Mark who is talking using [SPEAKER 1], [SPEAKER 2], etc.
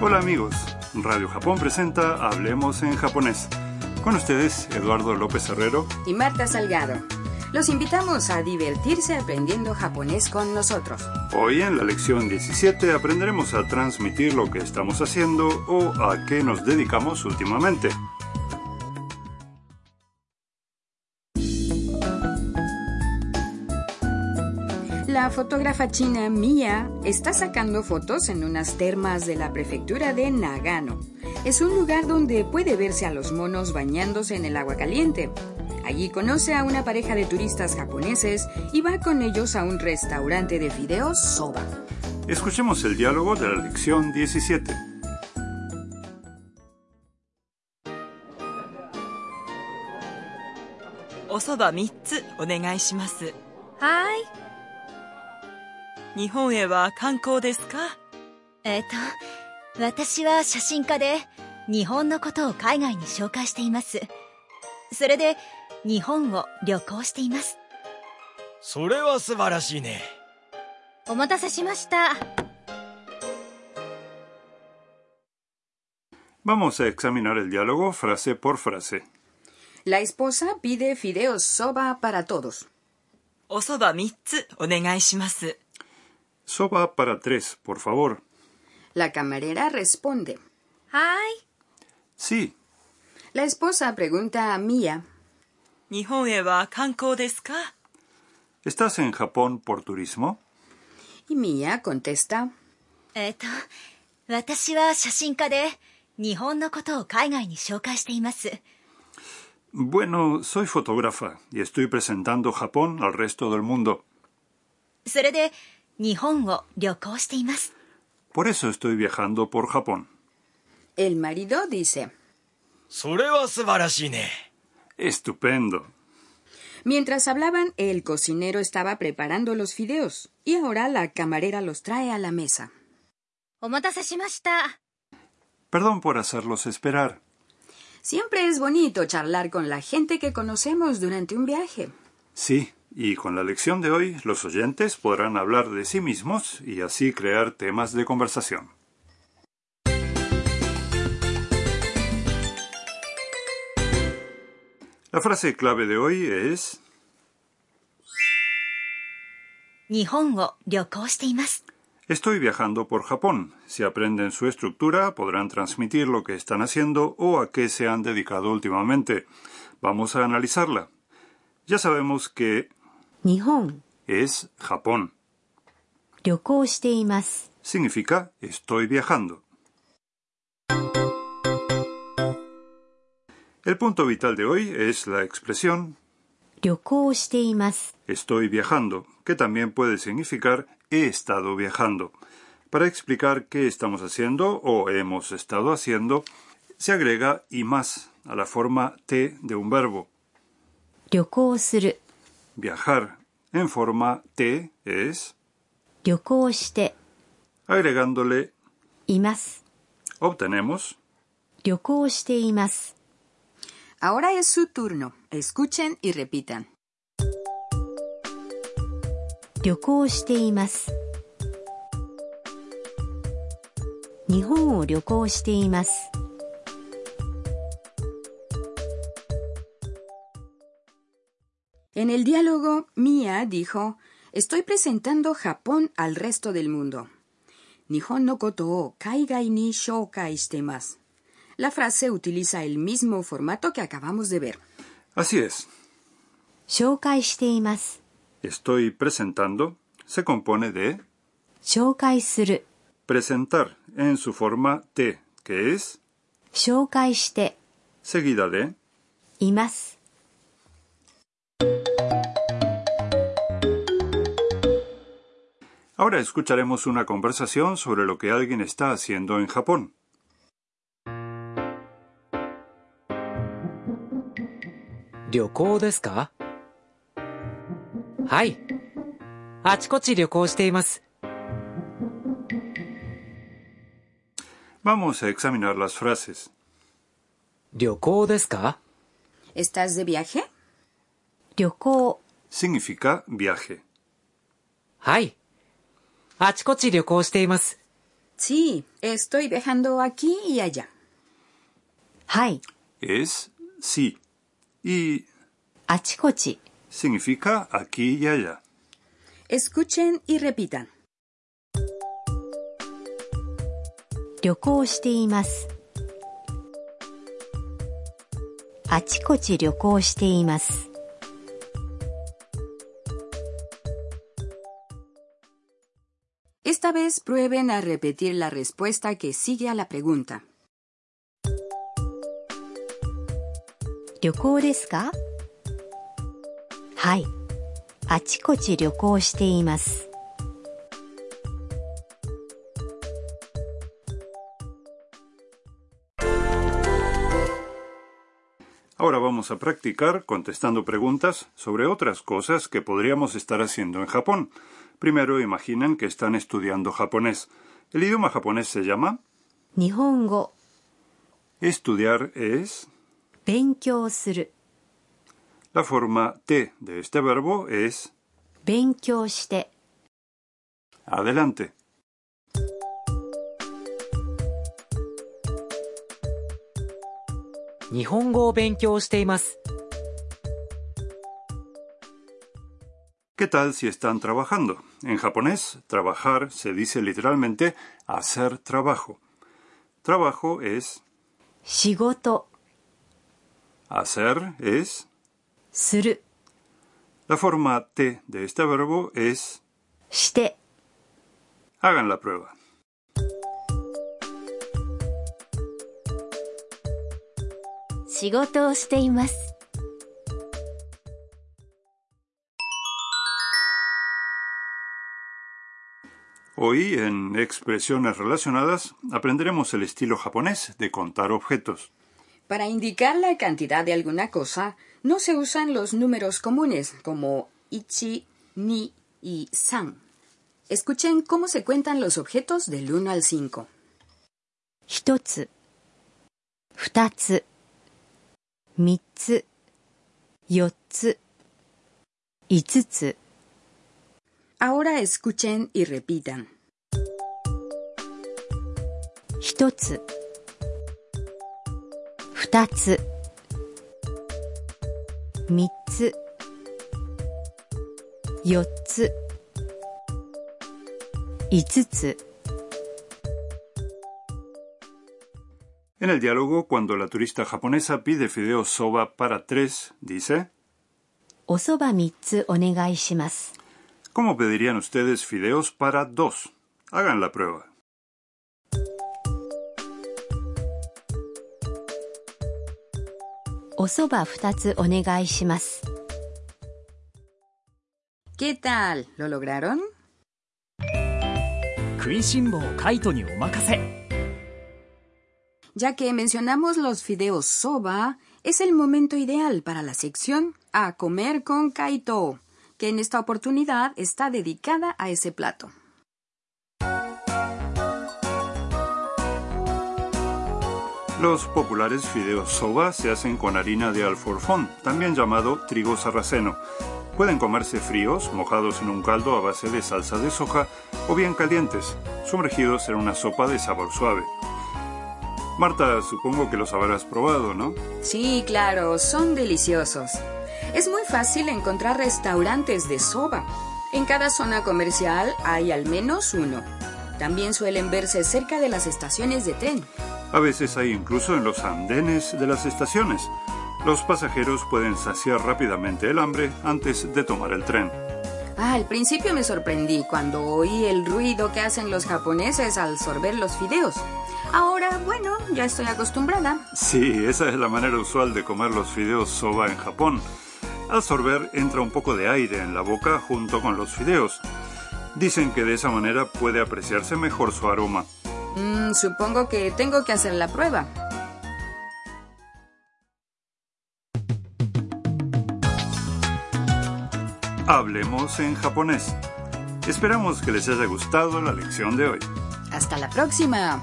[SPEAKER 1] Hola amigos, Radio Japón presenta Hablemos en japonés. Con ustedes, Eduardo López Herrero.
[SPEAKER 2] y Marta Salgado. Los invitamos a divertirse aprendiendo japonés con nosotros.
[SPEAKER 1] Hoy en la lección 17 aprenderemos a transmitir lo que estamos haciendo o a qué nos dedicamos últimamente.
[SPEAKER 2] La fotógrafa china Mia está sacando fotos en unas termas de la prefectura de Nagano. Es un lugar donde puede verse a los monos bañándose en el agua caliente. Allí conoce a una pareja de turistas japoneses y va con ellos a un restaurante de fideos soba.
[SPEAKER 1] Escuchemos el diálogo de la lección 17.
[SPEAKER 3] おそば3つお願いします
[SPEAKER 4] はーい。
[SPEAKER 3] 日本へは観光ですか
[SPEAKER 4] えっ、と、私は写真家で、日本のことを海外に紹介しています。それで、日本を旅行しています。
[SPEAKER 5] それは素晴らしいね
[SPEAKER 4] お待たせしました。
[SPEAKER 1] Vamos a examinar el diálogo frase por frase.
[SPEAKER 2] La esposa pide fideos soba para todos.
[SPEAKER 3] おそば3つお願いします
[SPEAKER 1] Soba para tres, por favor.
[SPEAKER 2] La camarera responde.
[SPEAKER 4] は
[SPEAKER 1] Sí,
[SPEAKER 2] La esposa pregunta a Mia.
[SPEAKER 3] 日本へは観光ですか
[SPEAKER 1] ¿estás en Japón por turismo?
[SPEAKER 2] Y Mia contesta.
[SPEAKER 4] ーい。えっ、と、私は写真家で、日本のことを海外に紹介しています。
[SPEAKER 1] Bueno, soy fotógrafa y estoy presentando Japón al resto del mundo.
[SPEAKER 4] それで、日本を旅行しています。
[SPEAKER 1] Por eso estoy viajando por Japón.
[SPEAKER 2] El marido dice.
[SPEAKER 5] それは素晴らしいね
[SPEAKER 1] Estupendo.
[SPEAKER 2] Mientras hablaban, el cocinero estaba preparando los fideos y ahora la camarera los trae a la mesa.
[SPEAKER 4] お待たせしました。
[SPEAKER 1] Perdón por hacerlos esperar.
[SPEAKER 2] Siempre es bonito charlar con la gente que conocemos durante un viaje.
[SPEAKER 1] Sí, y con la lección de hoy los oyentes podrán hablar de sí mismos y así crear temas de conversación. La frase clave de hoy es
[SPEAKER 4] 日本を旅行しています。
[SPEAKER 1] Estoy viajando por Japón. Si aprenden su estructura, podrán transmitir lo que están haciendo o a qué se han dedicado últimamente. Vamos a analizarla. Ya sabemos que
[SPEAKER 6] 日本
[SPEAKER 1] es Japón.
[SPEAKER 6] 旅行しています
[SPEAKER 1] significa estoy viajando. El punto vital de hoy es la expresión
[SPEAKER 6] 旅行しています
[SPEAKER 1] estoy viajando, que también puede significar he estado viajando. Para explicar qué estamos haciendo o hemos estado haciendo, se agrega y más a la forma T de un verbo.
[SPEAKER 6] 旅行する
[SPEAKER 1] Viajar en forma T es
[SPEAKER 6] 旅行して
[SPEAKER 1] agregándole
[SPEAKER 6] います
[SPEAKER 1] obtenemos
[SPEAKER 6] 旅行しています
[SPEAKER 2] Ahora es su turno. Escuchen y repitan.
[SPEAKER 6] 旅行しています日本を旅行しています
[SPEAKER 2] En el diálogo, Mia dijo, Estoy presentando Japón al resto del mundo. Nihon no koto o kaigai ni shoukai shitemasu. La frase utiliza el mismo formato que acabamos de ver.
[SPEAKER 1] Así es,
[SPEAKER 6] 紹介しています
[SPEAKER 1] estoy presentando se compone de
[SPEAKER 6] 紹介する
[SPEAKER 1] presentar en su forma T, que es
[SPEAKER 6] 紹介して
[SPEAKER 1] seguida de
[SPEAKER 6] います
[SPEAKER 1] Ahora escucharemos una conversación sobre lo que alguien está haciendo en Japón.
[SPEAKER 7] 旅行ですかはい。あちこち旅行しています。
[SPEAKER 1] Vamos a examinar las frases.
[SPEAKER 7] 旅行ですか
[SPEAKER 2] ¿Estás de viaje?
[SPEAKER 6] 旅行
[SPEAKER 1] significa significa viaje.
[SPEAKER 7] はい。あちこち旅行しています。
[SPEAKER 2] Sí, estoy viajando aquí y allá.
[SPEAKER 6] はい。
[SPEAKER 1] Es sí. Y
[SPEAKER 6] あちこち。
[SPEAKER 1] significa aquí y allá.
[SPEAKER 2] Escuchen y repitan.
[SPEAKER 6] 旅行しています。あちこち旅行しています。
[SPEAKER 2] Esta vez prueben a repetir la respuesta que sigue a la pregunta.
[SPEAKER 6] 旅行ですかはい。あちこち旅行しています。
[SPEAKER 1] Ahora vamos a practicar contestando preguntas sobre otras cosas que podríamos estar haciendo en Japón. Primero imaginen que están estudiando japonés. El idioma japonés se llama
[SPEAKER 6] 日本語、
[SPEAKER 1] estudiar es.
[SPEAKER 6] 勉強する、
[SPEAKER 1] La forma te de este verbo es
[SPEAKER 6] 勉強して、
[SPEAKER 1] adelante.
[SPEAKER 7] 「日本語を勉強しています」
[SPEAKER 1] ¿Qué tal si están trabajando? En japonés, trabajar se dice literalmente hacer trabajo. Trabajo es
[SPEAKER 6] 仕事、
[SPEAKER 1] hacer es.
[SPEAKER 6] する、
[SPEAKER 1] La forma te de este verbo es
[SPEAKER 6] して、
[SPEAKER 1] Hagan la prueba.
[SPEAKER 4] 「仕事をしています」
[SPEAKER 1] Hoy, en expresiones relacionadas, aprenderemos el estilo japonés de contar objetos.
[SPEAKER 2] Para indicar la cantidad de alguna cosa, no se usan los números comunes como ichi, ni y san. Escuchen cómo se cuentan los objetos del 1 al 5.
[SPEAKER 6] 一つ、二つ、三つ、四つ、五つ、
[SPEAKER 2] Ahora escuchen y repitan.
[SPEAKER 6] 一つ、二つ、三つ、四つ、五つ、
[SPEAKER 1] En el diálogo, cuando la turista japonesa pide fideos soba para tres, dice:
[SPEAKER 6] おそば三つお願いします。
[SPEAKER 1] ¿Cómo pedirían ustedes fideos para dos? Hagan la prueba.
[SPEAKER 6] おそば二つお願いします。
[SPEAKER 2] ¿Qué tal? ¿Lo lograron?
[SPEAKER 8] 食いしん坊カイトにお任せ
[SPEAKER 2] Ya que mencionamos los fideos soba, es el momento ideal para la sección A comer con Kaito, que en esta oportunidad está dedicada a ese plato.
[SPEAKER 1] Los populares fideos soba se hacen con harina de alforfón, también llamado trigo sarraceno. Pueden comerse fríos, mojados en un caldo a base de salsa de soja, o bien calientes, sumergidos en una sopa de sabor suave. Marta, supongo que los habrás probado, ¿no?
[SPEAKER 2] Sí, claro, son deliciosos. Es muy fácil encontrar restaurantes de soba. En cada zona comercial hay al menos uno. También suelen verse cerca de las estaciones de tren.
[SPEAKER 1] A veces hay incluso en los andenes de las estaciones. Los pasajeros pueden saciar rápidamente el hambre antes de tomar el tren.
[SPEAKER 2] Ah, al principio me sorprendí cuando oí el ruido que hacen los japoneses al sorber los fideos. Ahora, bueno, ya estoy acostumbrada.
[SPEAKER 1] Sí, esa es la manera usual de comer los fideos soba en Japón. Al sorber entra un poco de aire en la boca junto con los fideos. Dicen que de esa manera puede apreciarse mejor su aroma.
[SPEAKER 2] Mm, supongo que tengo que hacer la prueba.
[SPEAKER 1] Hablemos en japonés. Esperamos que les haya gustado la lección de hoy.
[SPEAKER 2] Hasta la próxima.